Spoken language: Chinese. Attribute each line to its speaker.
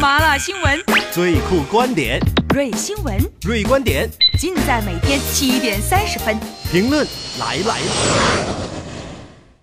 Speaker 1: 麻辣新闻、
Speaker 2: 最酷观点、
Speaker 1: 瑞新闻，
Speaker 2: 锐观点，
Speaker 1: 尽在每天七点三十分。
Speaker 2: 评论来来来。